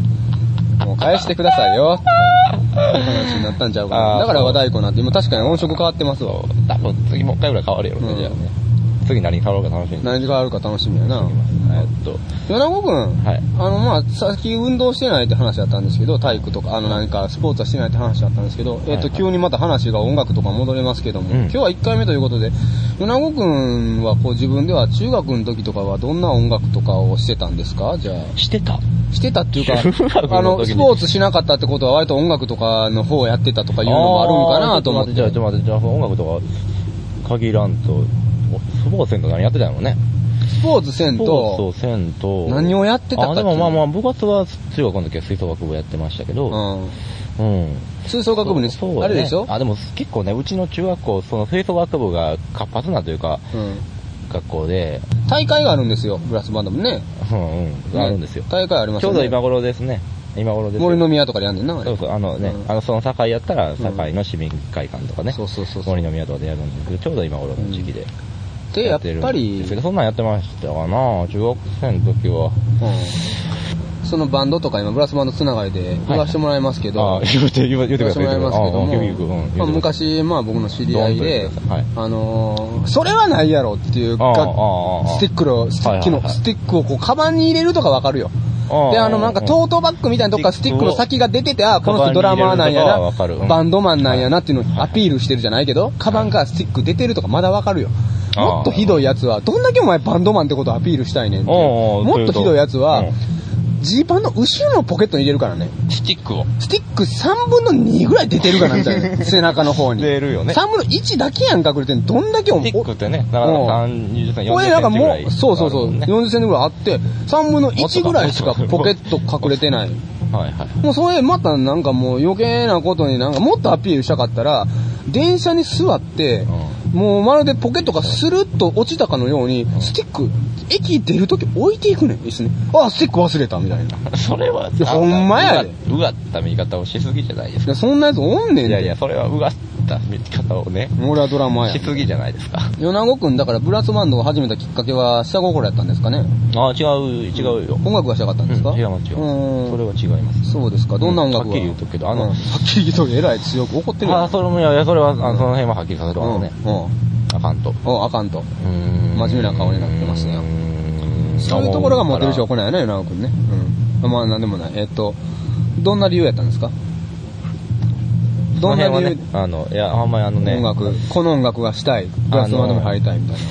[SPEAKER 2] もう返してくださいよ。って話になったんちゃうか
[SPEAKER 1] あ
[SPEAKER 2] な。
[SPEAKER 1] ー
[SPEAKER 2] だから和太鼓なんて、今確かに音色変わってますわ。
[SPEAKER 1] 多分次もう一回ぐらい変わるやろ
[SPEAKER 2] う
[SPEAKER 1] ね、
[SPEAKER 2] ん
[SPEAKER 1] じゃあね。次何買おうか楽しみに
[SPEAKER 2] 何があるか楽しみやな。
[SPEAKER 1] えっと、
[SPEAKER 2] 米子くん、
[SPEAKER 1] はい
[SPEAKER 2] あの、まあ、さっき運動してないって話だったんですけど、体育とか、あの、何かスポーツはしてないって話だったんですけど、えっ、
[SPEAKER 1] はいは
[SPEAKER 2] と、
[SPEAKER 1] い
[SPEAKER 2] 急にまた話が音楽とか戻りますけども、
[SPEAKER 1] うん
[SPEAKER 2] 今日は1回目ということで、米子くんは、こう、自分では中学の時とかはどんな音楽とかをしてたんですかじゃあ。
[SPEAKER 3] してた。
[SPEAKER 2] してたっていう
[SPEAKER 1] 中学の時
[SPEAKER 2] か、
[SPEAKER 1] に
[SPEAKER 2] あの、スポーツしなかったってことは、割と音楽とかの方をやってたとかいうのもあるんかなと思って。
[SPEAKER 1] あーちょっと待って、じゃあ、ちょっと待って、じゃあ、音楽とか限らんと、おスポーツ戦と何やってたんやろうね。
[SPEAKER 2] スポーツせん
[SPEAKER 1] スポー
[SPEAKER 2] と、
[SPEAKER 1] ツ戦と、
[SPEAKER 2] 何をやってたか
[SPEAKER 1] あ、
[SPEAKER 2] ってい
[SPEAKER 1] で
[SPEAKER 2] う
[SPEAKER 1] もまあまあ、部活は中学の時は吹奏楽部やってましたけど、
[SPEAKER 2] うん。
[SPEAKER 1] うん。
[SPEAKER 2] 吹奏楽部に、
[SPEAKER 1] そうそう
[SPEAKER 2] あれでしょ
[SPEAKER 1] あ、でも結構ね、うちの中学校、その吹奏楽部が活発なというか、
[SPEAKER 2] うん。
[SPEAKER 1] 学校で、
[SPEAKER 2] 大会があるんですよ、ブラスバンドもね。
[SPEAKER 1] うんうん、
[SPEAKER 2] ね
[SPEAKER 1] あるんですよ。
[SPEAKER 2] 大会あります
[SPEAKER 1] ちょ
[SPEAKER 2] よ
[SPEAKER 1] う
[SPEAKER 2] ね。
[SPEAKER 1] ど今頃ですね。今頃ですよ。
[SPEAKER 2] 森の宮とかでやんねんな、あれ
[SPEAKER 1] そうそう、あのね、
[SPEAKER 2] うん
[SPEAKER 1] あの、その堺やったら、
[SPEAKER 2] ん
[SPEAKER 1] 堺の市民会館とかね、
[SPEAKER 2] そうそうそうそう
[SPEAKER 1] 森の宮とかでやるんですけど、ちょうど今頃の時期で。
[SPEAKER 2] で、やっ
[SPEAKER 1] るん
[SPEAKER 2] ぱり
[SPEAKER 1] で、すけどそんなんやってましたかな中学生の時は。
[SPEAKER 2] うんそのバンドとか今、ブラスバンドつながりで言わせてもらいますけど、
[SPEAKER 1] あ言うて、言うてく
[SPEAKER 2] 言
[SPEAKER 1] だ
[SPEAKER 2] わせ
[SPEAKER 1] さ
[SPEAKER 2] て
[SPEAKER 1] い。
[SPEAKER 2] もらいますけど
[SPEAKER 1] 言うてくださいうん
[SPEAKER 2] も、
[SPEAKER 1] 言うてください
[SPEAKER 2] まあ、昔、まあ僕の知り合いで
[SPEAKER 1] どんと言ってくださいはい、
[SPEAKER 2] あのー、それはないやろっていう
[SPEAKER 1] ああああ
[SPEAKER 2] か
[SPEAKER 1] ああ、
[SPEAKER 2] スティックの、スティック
[SPEAKER 1] はいはい
[SPEAKER 2] の、
[SPEAKER 1] はい
[SPEAKER 2] スティックをこう、カバンに入れるとかわかるよ。
[SPEAKER 1] ああ
[SPEAKER 2] で、あの、なんか、トートバッグみたいなとこからスティックの先が出てて、あ、この人ドラマーな
[SPEAKER 1] カバンに
[SPEAKER 2] んや
[SPEAKER 1] 入れるとかはわかるう
[SPEAKER 2] な、
[SPEAKER 1] ん
[SPEAKER 2] バンドマンなんやなっていうのをアピールしてるじゃないけど、カバンからスティック出てるとかまだわかるよ。
[SPEAKER 1] あー
[SPEAKER 2] もっとひどいやつは、どんだけお前バンドマンってことをアピールしたいねんって。
[SPEAKER 1] おうおう
[SPEAKER 2] もっとひどいやつ
[SPEAKER 1] う
[SPEAKER 2] は
[SPEAKER 1] ん、
[SPEAKER 2] ジーパンの後ろのポケットに入れるからね。
[SPEAKER 1] スティックを。
[SPEAKER 2] スティック3分の2ぐらい出てるからみ
[SPEAKER 1] (laughs)
[SPEAKER 2] たいな。背中の方に。
[SPEAKER 1] 出るよね
[SPEAKER 2] 3分の1だけやん隠れてんのどんだけお
[SPEAKER 1] スティックってね、だから
[SPEAKER 2] うん
[SPEAKER 1] 30センチ
[SPEAKER 2] これなんかもう、そうそうそう、
[SPEAKER 1] ね
[SPEAKER 2] 40センチぐらいあって、3分の1ぐらいしかポケット隠れてない。
[SPEAKER 1] はい (laughs) はい。
[SPEAKER 2] もうそれまたなんかもう余計なことになんかもっとアピールしたかったら、電車に座って、もうまるでポケットがスルッと落ちたかのように、スティック、駅出るとき置いていくねん、椅子に。あ、スティック忘れた、みたいな。
[SPEAKER 1] それは、
[SPEAKER 2] いやほんまやで
[SPEAKER 1] うがうがった見方をしすぎじゃないです
[SPEAKER 2] い
[SPEAKER 1] か。
[SPEAKER 2] や、そんなやつおんねん
[SPEAKER 1] いやい
[SPEAKER 2] で。
[SPEAKER 1] や、それはうがった見方をね、
[SPEAKER 2] 俺はドラマや
[SPEAKER 1] し。すぎじゃないですか。
[SPEAKER 2] 米子くん、だからブラスバンドを始めたきっかけは、下心やったんですかね
[SPEAKER 1] ああ、違う、違うよ。
[SPEAKER 2] 音楽がしたかったんですか、
[SPEAKER 1] うん違う、違う。
[SPEAKER 2] うん
[SPEAKER 1] それは違います。
[SPEAKER 2] そうですか。どんな音楽
[SPEAKER 1] はっ
[SPEAKER 2] が
[SPEAKER 1] きり言うとくけど、あ
[SPEAKER 2] うん
[SPEAKER 1] の
[SPEAKER 2] は、っきり言うとくけど、えらい強く怒ってるよ
[SPEAKER 1] ああ、それも、いやいや、それは、あのその辺ははっきりさせるわね。
[SPEAKER 2] うん。うん
[SPEAKER 1] あかんと。
[SPEAKER 2] おあかんと。真
[SPEAKER 1] 真
[SPEAKER 2] 面目な顔になってますねそういうところがモテる証拠なんやね、米子くんね。うん。まあ、なんでもない。えっと、どんな理由やったんですか
[SPEAKER 1] ど
[SPEAKER 2] ど
[SPEAKER 1] ん
[SPEAKER 2] んな
[SPEAKER 1] なは
[SPEAKER 2] 理由
[SPEAKER 1] ね、あの、いや、あんまりあのね、
[SPEAKER 2] 音楽、この音楽がしたい。ブラスバンドも入りたいみたいな。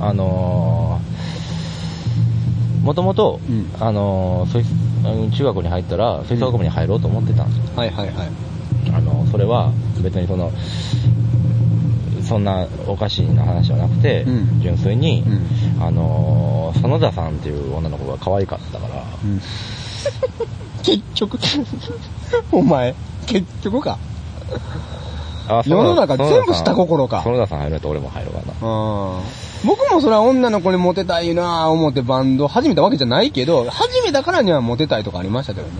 [SPEAKER 1] あのー、もともと
[SPEAKER 2] うん、
[SPEAKER 1] あのー、吹あの中学に入ったら、吹奏楽部に入ろうと思ってたんですよ。
[SPEAKER 2] はいはいはい。
[SPEAKER 1] あの、それは、別にその、そんなおかしいな話はなくて、
[SPEAKER 2] うん
[SPEAKER 1] 純粋に、
[SPEAKER 2] う
[SPEAKER 1] あのー、園田さんっていう女の子が可愛かったから、
[SPEAKER 2] うん。結局、 (laughs) お前、結局か。
[SPEAKER 1] あ
[SPEAKER 2] 世の中
[SPEAKER 1] 園田さん
[SPEAKER 2] 全部下心か
[SPEAKER 1] 園田さん入るやったら俺も入るわな。
[SPEAKER 2] うん僕もそれは女の子にモテたいなぁ思ってバンド始めたわけじゃないけど、始めたからにはモテたいとかありましたけどね。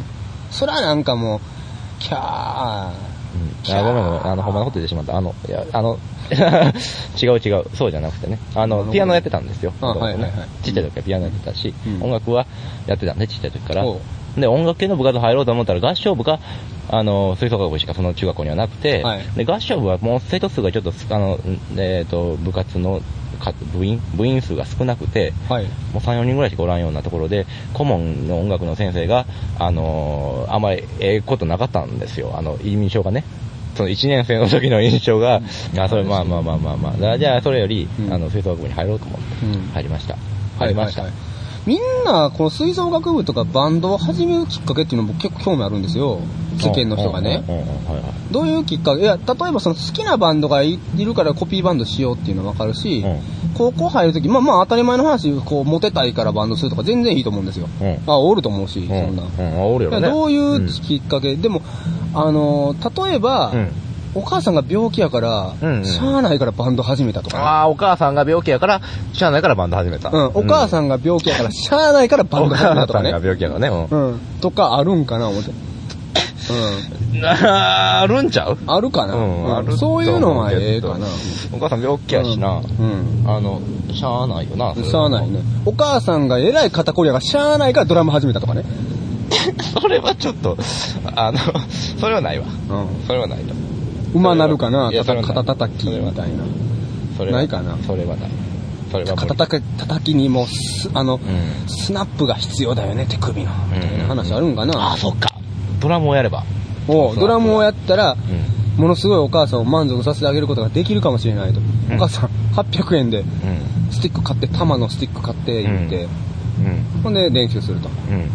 [SPEAKER 2] それはなんかもう、キャー。
[SPEAKER 1] うんあごめんごめん、あの、ほんまのこと言ってしまった。あの、いや、あの、 (laughs) 違う違う、そうじゃなくてね。あ
[SPEAKER 2] なるほ
[SPEAKER 1] の、
[SPEAKER 2] ど
[SPEAKER 1] ピアノやってたんですよ。
[SPEAKER 2] あ
[SPEAKER 1] 元々ね
[SPEAKER 2] はいはいはい
[SPEAKER 1] ちっちゃい時はピアノやってたし、
[SPEAKER 2] うん
[SPEAKER 1] 音楽はやってたんで、ちっちゃい時から
[SPEAKER 2] お。
[SPEAKER 1] で、音楽系の部活入ろうと思ったら、合唱部が、あの、吹奏楽部しかその中学校にはなくて、
[SPEAKER 2] はい
[SPEAKER 1] で、合唱部はもう生徒数がちょっとす、あの、んえっ、と、部活の数、部員、部員数が少なくて、
[SPEAKER 2] はい。
[SPEAKER 1] もう3、4人ぐらいしかおらんようなところで、顧問の音楽の先生が、あのーあんまりええことなかったんですよ。あの、印象がね。その1年生の時の印象が、あ、それ、まあまあまあまあまあ。だからじゃあ、それより、
[SPEAKER 2] うん
[SPEAKER 1] あの、吹奏楽部に入ろうと思って、
[SPEAKER 2] うん
[SPEAKER 1] 入りました。入りました。
[SPEAKER 2] はいはいはいみんな、この吹奏楽部とかバンドを始めるきっかけっていうの僕結構興味あるんですよ。世間の人がね
[SPEAKER 1] う。んうんうんうんはいはい
[SPEAKER 2] どういうきっかけいや、例えばその好きなバンドがいいるからコピーバンドしようっていうのはわかるし、
[SPEAKER 1] うん
[SPEAKER 2] 高校入るとき、まあまあ当たり前の話、こう、モテたいからバンドするとか全然いいと思うんですよ。
[SPEAKER 1] うん
[SPEAKER 2] あ、おると思うし、そんな。
[SPEAKER 1] うん、うん、おるよね。
[SPEAKER 2] どういううんきっかけ、でも、あのー例えば、
[SPEAKER 1] うん
[SPEAKER 2] お母さんが病気やから、
[SPEAKER 1] うんうん
[SPEAKER 2] しゃあないからバンド始めたとか、
[SPEAKER 1] ああ、お母さんが病気やから、しゃあないからバンド始めた。
[SPEAKER 2] うん、お母
[SPEAKER 1] ん、
[SPEAKER 2] さんが病気やから、しゃあないからバン
[SPEAKER 1] お
[SPEAKER 2] ド始め
[SPEAKER 1] 母
[SPEAKER 2] たと
[SPEAKER 1] さ
[SPEAKER 2] か
[SPEAKER 1] んが
[SPEAKER 2] ね。
[SPEAKER 1] 病気やからね。うん
[SPEAKER 2] うん、とかあるんかな、思って。
[SPEAKER 1] あーあるんちゃう
[SPEAKER 2] (laughs) うん、あるかな、
[SPEAKER 1] うんあると思うけど
[SPEAKER 2] そういうのはええかな。
[SPEAKER 1] お母さん病気やしな、
[SPEAKER 2] うん。
[SPEAKER 1] あの、しゃあないよな。それは
[SPEAKER 2] しゃ
[SPEAKER 1] (laughs)
[SPEAKER 2] あないね。。お母さんがえらい肩こりやから、しゃあないからドラム始めたとかね。
[SPEAKER 1] それはちょっと、あの、それはないわ。
[SPEAKER 2] うん。
[SPEAKER 1] それはないと。
[SPEAKER 2] 馬なるかない
[SPEAKER 1] やそれはない
[SPEAKER 2] 肩叩きみたいな。
[SPEAKER 1] それは
[SPEAKER 2] ないかな
[SPEAKER 1] それはない。それは無理
[SPEAKER 2] 肩叩き叩きにもす、あの、
[SPEAKER 1] ん
[SPEAKER 2] スナップが必要だよね、手首の。みたいな話あるんか
[SPEAKER 1] ああ、
[SPEAKER 2] な。
[SPEAKER 1] そっか。ドラムをやれば。
[SPEAKER 2] おドラムをやったら、
[SPEAKER 1] うん。
[SPEAKER 2] ものすごいお母さんを満足させてあげることができるかもしれないと。
[SPEAKER 1] うん
[SPEAKER 2] お母さん、800円で、
[SPEAKER 1] うん。
[SPEAKER 2] スティック買って、玉のスティック買って、言って、
[SPEAKER 1] うん。
[SPEAKER 2] ほんで練習すると。
[SPEAKER 1] うん。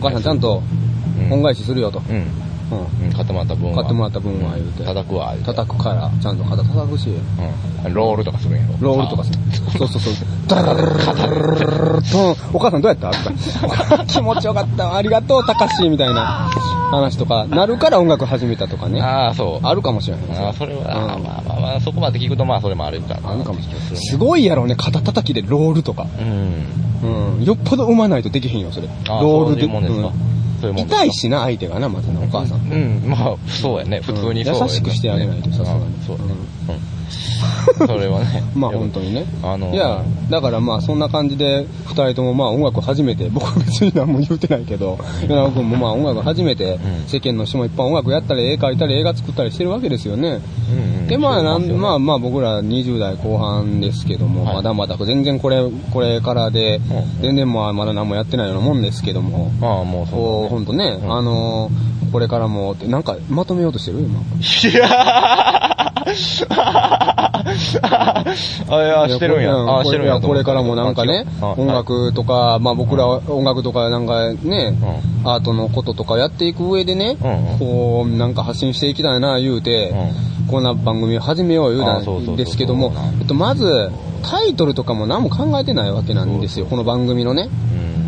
[SPEAKER 2] お母さんちゃんと
[SPEAKER 1] うん
[SPEAKER 2] 恩返しするよと。
[SPEAKER 1] うん。
[SPEAKER 2] うん
[SPEAKER 1] うん買ってもらった分は。
[SPEAKER 2] 買ってもらった分は言うて
[SPEAKER 1] 叩くわ、言うて
[SPEAKER 2] 叩くから、ちゃんと肩叩くし、
[SPEAKER 1] うん。ロールとかするんやろ。
[SPEAKER 2] ロールとかさ、そうそうそう、ダラララララララとお母さんどうやったとか、気持ちよかったわ、ありがとう、たかし、みたいな話とか、なるから音楽始めたとかね、あ
[SPEAKER 1] ああ、そう。
[SPEAKER 2] るかもしれない。
[SPEAKER 1] ああ、それは、ああ
[SPEAKER 2] うん
[SPEAKER 1] まあまあまあ、そこまで聞くと、まあ、それもあるかな。
[SPEAKER 2] あるかもしれない。す
[SPEAKER 1] い。
[SPEAKER 2] ごいやろうね、肩叩きでロールとか。
[SPEAKER 1] うん。
[SPEAKER 2] うん。よっぽど生まないとできへんよ、それ。
[SPEAKER 1] ああ
[SPEAKER 2] ロール
[SPEAKER 1] そういうもんですかそういうもんですか
[SPEAKER 2] 痛いしな、相手がな、まずな、お母さん。
[SPEAKER 1] うん、まあ、そうやね。普通にそうやね、
[SPEAKER 2] 優しくしてあげないと、さす
[SPEAKER 1] あ。
[SPEAKER 2] がに
[SPEAKER 1] そうや
[SPEAKER 2] う
[SPEAKER 1] ね。
[SPEAKER 2] ん
[SPEAKER 1] うん。それはね
[SPEAKER 2] (laughs) 。まあ本当にね。
[SPEAKER 1] あの
[SPEAKER 2] いや、だからまあそんな感じで、二人ともまあ音楽を初めて、 (laughs) 僕は別に何も言うてないけど、柳川君もまあ音楽を初めて、
[SPEAKER 1] ん
[SPEAKER 2] 世間の人もいっぱい音楽やったり、絵描いたり、映画作ったりしてるわけですよね。
[SPEAKER 1] うんうん
[SPEAKER 2] で、まあなん、
[SPEAKER 1] そう
[SPEAKER 2] まあ
[SPEAKER 1] で
[SPEAKER 2] まあ僕ら20代後半ですけども、
[SPEAKER 1] はい
[SPEAKER 2] まだまだ全然これ、これからで、
[SPEAKER 1] ん
[SPEAKER 2] 全然まあまだ何もやってないようなもんですけども、
[SPEAKER 1] すよまあ、もうそうだね。
[SPEAKER 2] こう、ほんとね、
[SPEAKER 1] うん
[SPEAKER 2] あのーこれからも、なんかまとめようとしてる今。
[SPEAKER 1] いやー (laughs) あ、いや、してるんや。
[SPEAKER 2] う
[SPEAKER 1] あ、してるん
[SPEAKER 2] い
[SPEAKER 1] や。
[SPEAKER 2] これからもなんかね、
[SPEAKER 1] あ
[SPEAKER 2] 音。楽とか、まあ僕らは音楽とかなんかね、アートのこととかやっていく上でね、
[SPEAKER 1] うんうん
[SPEAKER 2] こう、なんか発信していきたいな言うて、こんな番組を始めよう言うた
[SPEAKER 1] あそうそうそ
[SPEAKER 2] ん
[SPEAKER 1] う
[SPEAKER 2] ですけども
[SPEAKER 1] そうなん、
[SPEAKER 2] えっと、まず、タイトルとかも何も考えてないわけなんですよ、この番組のね。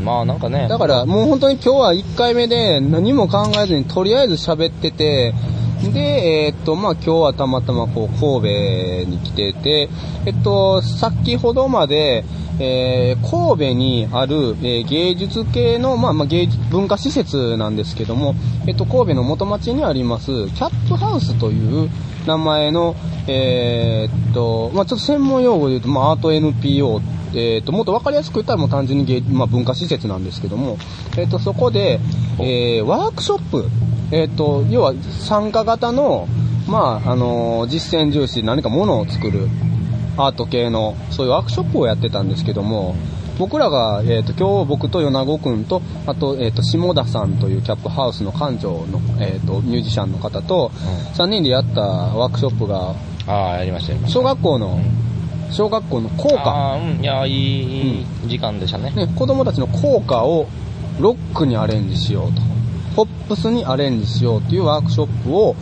[SPEAKER 1] うん、まあなんかね。
[SPEAKER 2] だからもう本当に今日は1回目で何も考えずにとりあえず喋ってて、で、えーっと、まあ、今日はたまたまこう、神戸に来てて、えっと、先ほどまで、えー神戸にある、えー芸術系の、まあ、まあ、芸術、文化施設なんですけども、えっと、神戸の元町にあります、キャットハウスという名前の、えーっと、まあ、ちょっと専門用語で言うと、まあ、アート NPO えー、ともっと分かりやすく言ったらもう単純に芸、まあ、文化施設なんですけども、えー、とそこで、えーワークショップ、えー、と要は参加型の,、まああのー実践重視何かものを作るアート系のそういうワークショップをやってたんですけども僕らが、えー、と今日僕と米子君とあと,、えー、と下田さんというキャップハウスの館長の、えー、とミュージシャンの方と
[SPEAKER 1] う
[SPEAKER 2] 3人でやったワークショップが
[SPEAKER 1] ああ、やりました、やりました。
[SPEAKER 2] 小学校の小学校の校歌。
[SPEAKER 1] ああ、うん、いや、いいいい時間でしたね。
[SPEAKER 2] ね、子供たちの効果をロックにアレンジしようと、ポップスにアレンジしようというワークショップを、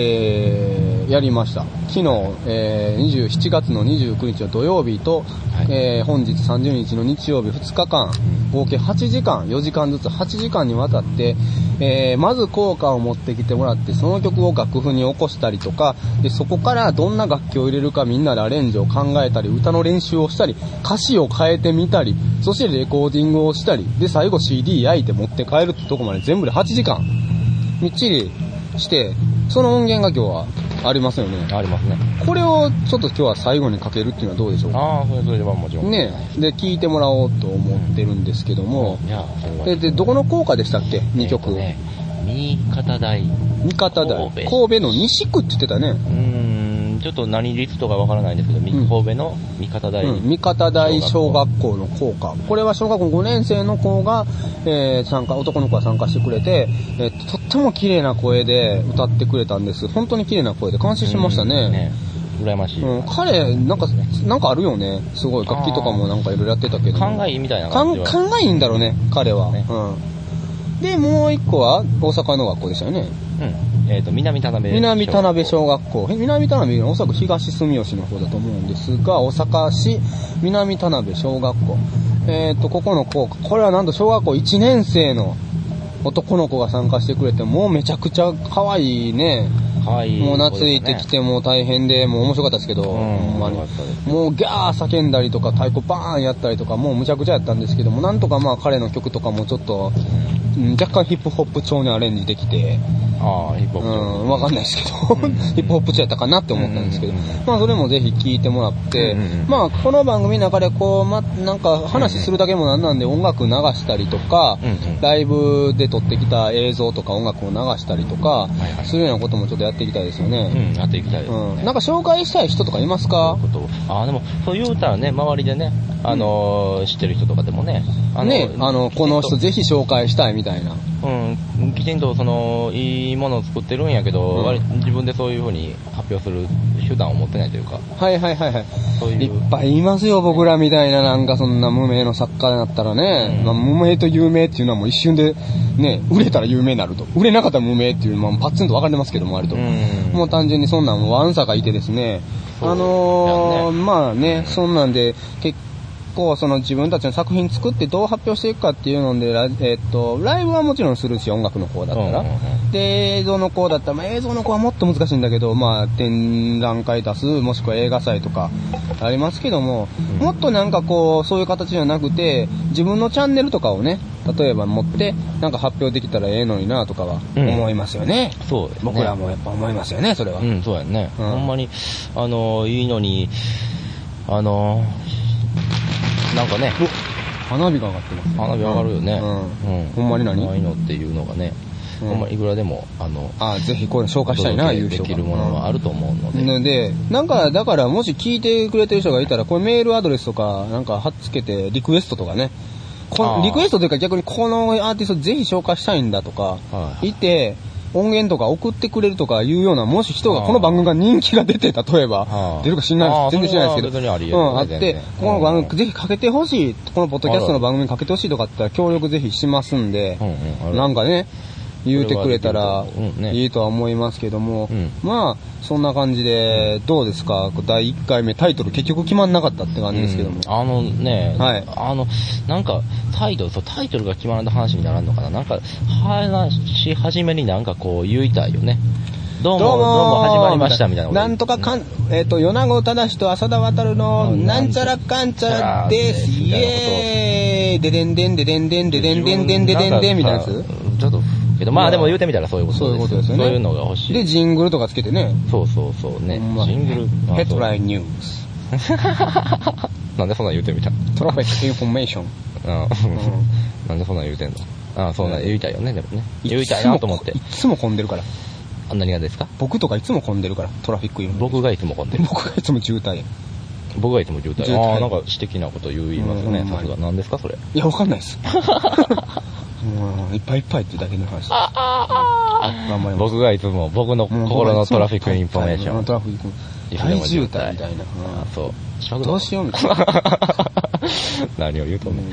[SPEAKER 2] えーやりました。昨日、えー27月の29日の土曜日と、
[SPEAKER 1] はい
[SPEAKER 2] えー本日30日の日曜日2日間、合計8時間、4時間ずつ8時間にわたって、えーまず効果を持ってきてもらって、その曲を楽譜に起こしたりとか、で、そこからどんな楽器を入れるかみんなでアレンジを考えたり、歌の練習をしたり、歌詞を変えてみたり、そしてレコーディングをしたり、で、最後 CD 焼いて持って帰るってとこまで全部で8時間、みっちりして、その音源が今日はありますよね。
[SPEAKER 1] ありますね。
[SPEAKER 2] これをちょっと今日は最後にかけるっていうのはどうでしょうか
[SPEAKER 1] ああ、それそれではもちろん。
[SPEAKER 2] ねで、聞いてもらおうと思ってるんですけども、
[SPEAKER 1] いや、それは
[SPEAKER 2] え、で、どこの効果でしたっけ ?2
[SPEAKER 1] えっ
[SPEAKER 2] 曲。
[SPEAKER 1] とね。新潟大。う
[SPEAKER 2] 味方だよ。
[SPEAKER 1] 神
[SPEAKER 2] 神
[SPEAKER 1] 戸
[SPEAKER 2] 戸の西区って言ってたね。
[SPEAKER 1] ーん、ちょっと何リストかわからないんですけど、み
[SPEAKER 2] うん
[SPEAKER 1] 神戸の三方大。
[SPEAKER 2] うん、三方大小学校の校歌。これは小学校5年生の子が、えー参加、男の子が参加してくれて、えーととっても綺麗な声で歌ってくれたんです。本当に綺麗な声で感心しました
[SPEAKER 1] うん
[SPEAKER 2] ね。
[SPEAKER 1] ね羨ましい。
[SPEAKER 2] うん、彼、なんか、なんかあるよね。すごい。楽器とかもなんかいろいろやってたけど。
[SPEAKER 1] 考えみたいな
[SPEAKER 2] か
[SPEAKER 1] 感
[SPEAKER 2] ん
[SPEAKER 1] じ
[SPEAKER 2] 考
[SPEAKER 1] は。
[SPEAKER 2] えいいんだろうね、彼は。
[SPEAKER 1] ね
[SPEAKER 2] うん。で、もう一個は、大阪の学校でしたよね。
[SPEAKER 1] うん。えっと、南田辺。
[SPEAKER 2] 南田辺小学校。え南田辺、おそらく東住吉の方だと思うんですが、大阪市南田辺小学校。えっ、と、ここの校歌。これはなんと小学校1年生の男の子が参加してくれて、もうめちゃくちゃ可愛いね。
[SPEAKER 1] かわいい。
[SPEAKER 2] もう懐いてきて、もう大変で、もう面白かったですけど、
[SPEAKER 1] ん
[SPEAKER 2] ほんまに
[SPEAKER 1] 面白かったです
[SPEAKER 2] もうギャー叫んだりとか、太鼓バーンやったりとか、もうむちゃくちゃやったんですけども、なんとかまあ彼の曲とかもちょっと、うん若干ヒップホップ調にアレンジできて、
[SPEAKER 1] ああ、ヒップホップ。
[SPEAKER 2] うん、わかんないですけど、
[SPEAKER 1] うん
[SPEAKER 2] ヒップホップ強やったかなって思ったんですけど、
[SPEAKER 1] うんうんうん
[SPEAKER 2] まあそれもぜひ聞いてもらって、
[SPEAKER 1] うんうんうん
[SPEAKER 2] まあこの番組の中でこう、ま、なんか話するだけもなんなんで音楽流したりとか、
[SPEAKER 1] うんうん
[SPEAKER 2] ライブで撮ってきた映像とか音楽を流したりとか、
[SPEAKER 1] いはい
[SPEAKER 2] するようなこともちょっとやっていきたいですよね。
[SPEAKER 1] うん、やっていきたいですね。
[SPEAKER 2] うんなんか紹介したい人とかいますか
[SPEAKER 1] そういうことをあーでも、そう言うたらね、周りでね、あのー知ってる人とかでもね、の
[SPEAKER 2] ね、あの、この人
[SPEAKER 1] きちん
[SPEAKER 2] ぜひ紹介したいみたいな。
[SPEAKER 1] とうん、きちんとその、いいものを作ってるんやけど、
[SPEAKER 2] うん
[SPEAKER 1] 割自分でそういうふうに発表する手段を持ってないというか、
[SPEAKER 2] はいはいはいはい。
[SPEAKER 1] そういう。
[SPEAKER 2] いっぱいいますよ、僕らみたいな、なんかそんな無名の作家だったらね
[SPEAKER 1] う、ん
[SPEAKER 2] まあ、無名と有名っていうのはもう一瞬で、ね、売れたら有名になると。売れなかったら無名っていう、まあ、パッツンと分かれてますけども、あると。
[SPEAKER 1] うん
[SPEAKER 2] もう単純にそんなんワンサがいてですね、
[SPEAKER 1] そう
[SPEAKER 2] あのー
[SPEAKER 1] だね
[SPEAKER 2] まあね、そんなんで、結構その自分たちの作品作ってどう発表していくかっていうので、ラえっと、ライブはもちろんするし、音楽の方だったら。
[SPEAKER 1] うんうんうん
[SPEAKER 2] で、映像の子だったら、まあ、映像の子はもっと難しいんだけど、まあ、展覧会出す、もしくは映画祭とか、ありますけども、
[SPEAKER 1] うん
[SPEAKER 2] もっとなんかこう、そういう形じゃなくて、自分のチャンネルとかをね、例えば持って、なんか発表できたらええのになとかは、
[SPEAKER 1] うん
[SPEAKER 2] 思いますよね。
[SPEAKER 1] そう、
[SPEAKER 2] 僕ら。もやっぱ思いますよね、それは。
[SPEAKER 1] うん、そうやんね。
[SPEAKER 2] うん
[SPEAKER 1] ほんまに、あのーいいのに、あのーなんかね、
[SPEAKER 2] 花火が上がってます。
[SPEAKER 1] 花火上がるよね。
[SPEAKER 2] うん
[SPEAKER 1] う
[SPEAKER 2] ほんまに何
[SPEAKER 1] ああいうのっていうのがね、
[SPEAKER 2] うん
[SPEAKER 1] ほんまいくらでも、あの、
[SPEAKER 2] あぜひこういうの紹介したいな、
[SPEAKER 1] お
[SPEAKER 2] いう
[SPEAKER 1] 届けで
[SPEAKER 2] 人が
[SPEAKER 1] きるものはあると思うので。
[SPEAKER 2] ので、なんか、だから、もし聞いてくれてる人がいたら、これメールアドレスとか、なんか、貼っつけて、リクエストとかね。
[SPEAKER 1] あ
[SPEAKER 2] こ
[SPEAKER 1] ー
[SPEAKER 2] リクエストというか、逆にこのアーティストぜひ紹介したいんだとか
[SPEAKER 1] は、い
[SPEAKER 2] いて、音源とか送ってくれるとかいうような、もし人が、
[SPEAKER 1] あー
[SPEAKER 2] この番組が人気が出て、例えば
[SPEAKER 1] あ、ー
[SPEAKER 2] 出るか知らな
[SPEAKER 1] あ
[SPEAKER 2] い
[SPEAKER 1] ー
[SPEAKER 2] です。全然知らないです
[SPEAKER 1] そ
[SPEAKER 2] け
[SPEAKER 1] れ
[SPEAKER 2] ど。
[SPEAKER 1] は別にありえる
[SPEAKER 2] うん、あっ
[SPEAKER 1] 全
[SPEAKER 2] て
[SPEAKER 1] 然、
[SPEAKER 2] この番
[SPEAKER 1] う
[SPEAKER 2] 組ぜひかけてほしい、このポッドキャストの番組かけてほしいとかあったら、協力ぜひしますんで
[SPEAKER 1] うんうんあ、る
[SPEAKER 2] なんかね、言うてくれたら
[SPEAKER 1] これはできると思ううんね
[SPEAKER 2] いいとは思いますけども、
[SPEAKER 1] うん
[SPEAKER 2] まあそんな感じでどうですか第1回目タイトル結局決まんなかったって感じですけども、
[SPEAKER 1] うんあのね、
[SPEAKER 2] はい
[SPEAKER 1] あの、なんか、タイトル、そう、タイトルが決まらない話にならんのかな。なんか、話し始めになんかこう言いたいよね。どうも、どうも始まりましたみたいなこと。
[SPEAKER 2] なんとかかん、えっ、と、米子正と浅田渉の、なんちゃらかんちゃらです。イ
[SPEAKER 1] みたいなこと
[SPEAKER 2] エーイででんでんででんでんででんでんでんででんでんみたいなやつ
[SPEAKER 1] ちょっと、けど、まあでも言うてみたらそういうことです
[SPEAKER 2] そういうことですよね。
[SPEAKER 1] そういうのが欲しい。
[SPEAKER 2] で、ジングルとかつけてね。
[SPEAKER 1] そうそうそうね。
[SPEAKER 2] ほんま
[SPEAKER 1] ジングル。
[SPEAKER 2] ヘッドライ
[SPEAKER 1] ン。
[SPEAKER 2] ンニュース。
[SPEAKER 1] なんでそんなん言うてみた
[SPEAKER 2] トラフィックインフォメーション。
[SPEAKER 1] うん
[SPEAKER 2] うん
[SPEAKER 1] なんでそんなん言うてんのああ、そんなん言いたいよね、でもね。
[SPEAKER 2] つも
[SPEAKER 1] 言いたいなと思って
[SPEAKER 2] い。つも混んでるから。
[SPEAKER 1] あ、何がですか
[SPEAKER 2] 僕とかいつも混んでるから、トラフィックインフォメーション。
[SPEAKER 1] 僕がいつも混んでる。
[SPEAKER 2] 僕がいつも渋滞や。
[SPEAKER 1] 僕がいつも渋
[SPEAKER 2] 渋
[SPEAKER 1] 滞。
[SPEAKER 2] 滞
[SPEAKER 1] ああ、なんか私的なこと言います
[SPEAKER 2] う
[SPEAKER 1] ね
[SPEAKER 2] ん。
[SPEAKER 1] さすが。何ですか、それ。
[SPEAKER 2] いや、わかんな
[SPEAKER 1] (laughs)
[SPEAKER 2] いです。うんいっぱいいっぱいってだけの話です。頑張ります。
[SPEAKER 1] 僕がいつも、僕の
[SPEAKER 2] うん
[SPEAKER 1] 心のトラフィックインフォメーショ
[SPEAKER 2] う
[SPEAKER 1] ン
[SPEAKER 2] ん。トラフィック。大渋滞みたいな。
[SPEAKER 1] ああ、そう。
[SPEAKER 2] どうしようみたい
[SPEAKER 1] (laughs)
[SPEAKER 2] な。
[SPEAKER 1] 何を言うとんの
[SPEAKER 2] うん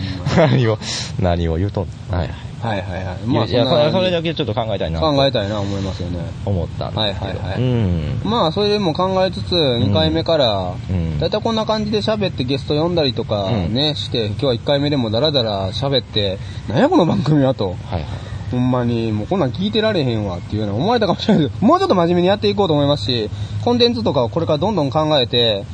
[SPEAKER 1] 何を、何を言うとんのはいはい。
[SPEAKER 2] はいはいはい。
[SPEAKER 1] いやいや
[SPEAKER 2] んな
[SPEAKER 1] それそれだけちょっと考えたいな。
[SPEAKER 2] 考えたいな思いますよね。
[SPEAKER 1] 思ったんですけど。
[SPEAKER 2] はいはいはい
[SPEAKER 1] うん。
[SPEAKER 2] まあ、それでも考えつつ、2回目から
[SPEAKER 1] うん、
[SPEAKER 2] だいたいこんな感じで喋ってゲスト呼んだりとかね、して、今日は1回目でもダラダラ喋って、なんやこの番組はと。
[SPEAKER 1] はいはい。
[SPEAKER 2] ほんまに、もうこんなん聞いてられへんわっていうような思われたかもしれないけど、もうちょっと真面目にやっていこうと思いますし、コンテンツとかをこれからどんどん考えて、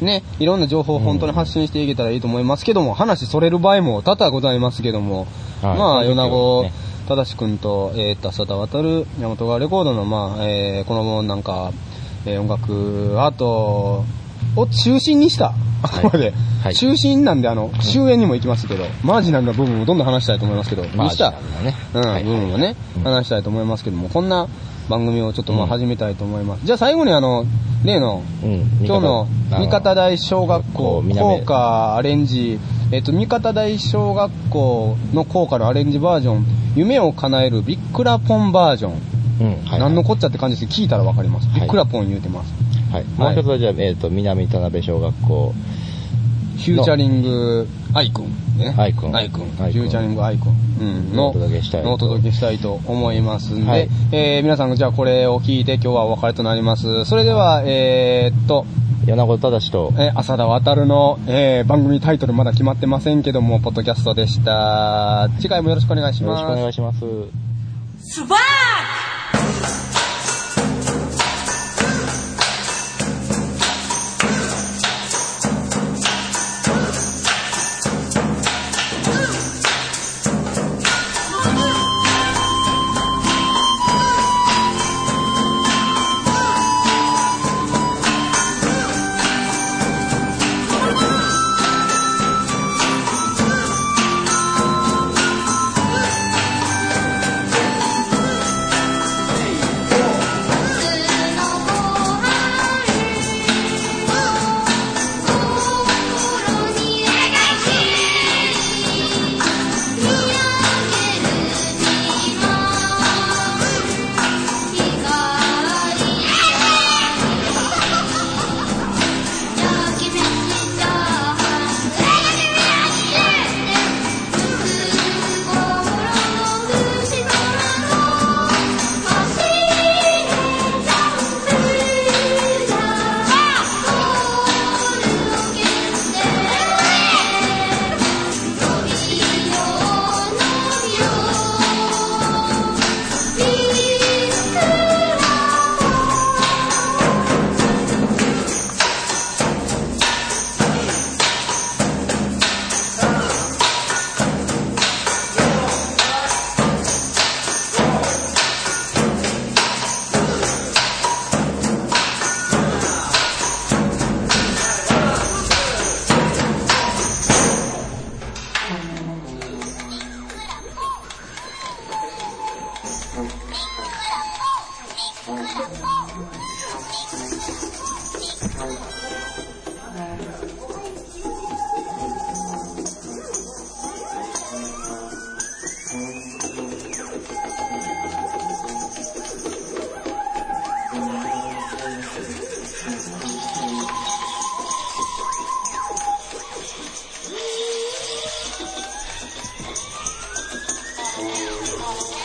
[SPEAKER 2] ね、いろんな情報を本当に発信していけたらいいと思いますけども、話それる場合も多々ございますけども、
[SPEAKER 1] はい
[SPEAKER 2] まあ、
[SPEAKER 1] そうですよ
[SPEAKER 2] 米
[SPEAKER 1] ね
[SPEAKER 2] 子、正しくんと、えー、と浅田渉、大和川レコードの、まあ、えーこのなんか、えー音楽、アートを中心にした、あ
[SPEAKER 1] はい
[SPEAKER 2] くまで、
[SPEAKER 1] はい
[SPEAKER 2] 中心なんで、あの、終焉にも行きますけど、マージナルな部分もどんどん話したいと思いますけど、
[SPEAKER 1] マー
[SPEAKER 2] にし
[SPEAKER 1] ジ
[SPEAKER 2] た
[SPEAKER 1] ナルなね
[SPEAKER 2] うん、
[SPEAKER 1] はい
[SPEAKER 2] 部分もね、話したいと思いますけども、こんな番組をちょっとまあ始めたいと思います。じゃあ最後にあの、例の、
[SPEAKER 1] うん
[SPEAKER 2] 今日の
[SPEAKER 1] あ
[SPEAKER 2] 三方大小学
[SPEAKER 1] こ
[SPEAKER 2] 校
[SPEAKER 1] う南へ
[SPEAKER 2] 校歌アレンジ、えっと、三方大小学校の校歌のアレンジバージョン、夢を叶えるビックラポンバージョン。
[SPEAKER 1] うん、はい。
[SPEAKER 2] 何のこっちゃって感じですけど、聞いたらわかります。
[SPEAKER 1] はい
[SPEAKER 2] ビックラポン言うてます。
[SPEAKER 1] はい。もう一つはじゃあ、えっと、南田辺小学校。
[SPEAKER 2] フューチャリングアイコン、ね。
[SPEAKER 1] アイコン
[SPEAKER 2] アイコン。フ
[SPEAKER 1] アイコン
[SPEAKER 2] ューチャリングアイコン。うん。の
[SPEAKER 1] お届けしたいと
[SPEAKER 2] お届けしたいと思いますんで、
[SPEAKER 1] はい
[SPEAKER 2] えー、皆さん、じゃあこれを聞いて今日はお別れとなります。それでは、えー、っと、
[SPEAKER 1] 米子正と、
[SPEAKER 2] えー浅田渉の、えー、番組タイトルまだ決まってませんけども、ポッドキャストでした。次回もよろしくお願いし
[SPEAKER 1] よろ
[SPEAKER 2] ま
[SPEAKER 1] し
[SPEAKER 2] す。
[SPEAKER 1] くお願いします。
[SPEAKER 4] Svak!
[SPEAKER 5] 「